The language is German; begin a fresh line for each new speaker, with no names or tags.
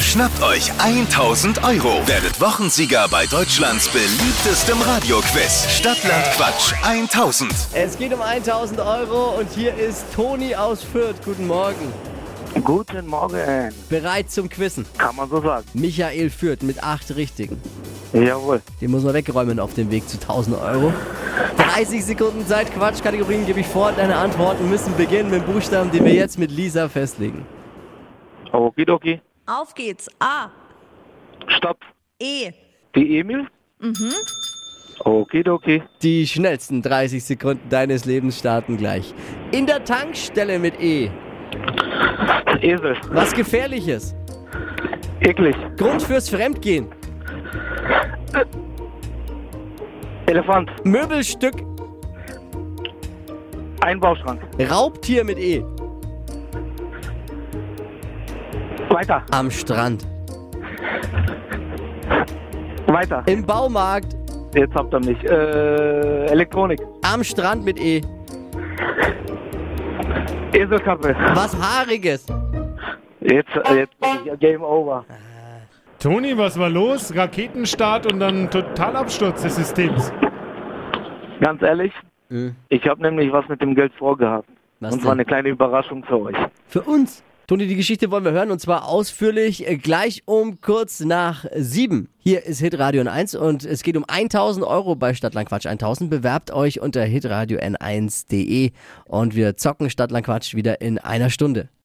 Schnappt euch 1000 Euro. Werdet Wochensieger bei Deutschlands beliebtestem Radioquiz. Stadtland Quatsch 1000.
Es geht um 1000 Euro und hier ist Toni aus Fürth. Guten Morgen.
Guten Morgen,
Bereit zum Quizzen.
kann man so sagen.
Michael Fürth mit acht Richtigen.
Jawohl.
Den muss man wegräumen auf dem Weg zu 1000 Euro. 30 Sekunden Zeit, Quatschkategorien gebe ich vor. Deine Antworten müssen beginnen mit dem Buchstaben, den wir jetzt mit Lisa festlegen.
Okidoki.
Auf geht's. A,
Stopp.
E.
Die Emil. Mhm. Okidoki.
Die schnellsten 30 Sekunden deines Lebens starten gleich. In der Tankstelle mit E.
Esel.
Was Gefährliches.
Eklig.
Grund fürs Fremdgehen.
Elefant.
Möbelstück.
Einbauschrank.
Raubtier mit E.
Weiter.
Am Strand.
Weiter.
Im Baumarkt.
Jetzt habt ihr mich. Äh, Elektronik.
Am Strand mit E.
Eselkappe.
Was Haariges.
Jetzt, äh, jetzt bin ich Game Over.
Toni, was war los? Raketenstart und dann Totalabsturz des Systems.
Ganz ehrlich,
Mhm.
ich habe nämlich was mit dem Geld vorgehabt.
Was
und zwar
denn?
eine kleine Überraschung für euch.
Für uns. Toni, die Geschichte wollen wir hören und zwar ausführlich äh, gleich um kurz nach sieben. Hier ist Hitradio N1 und es geht um 1000 Euro bei Stadtlangquatsch 1000. Bewerbt euch unter hitradio n1.de und wir zocken Stadtlangquatsch wieder in einer Stunde.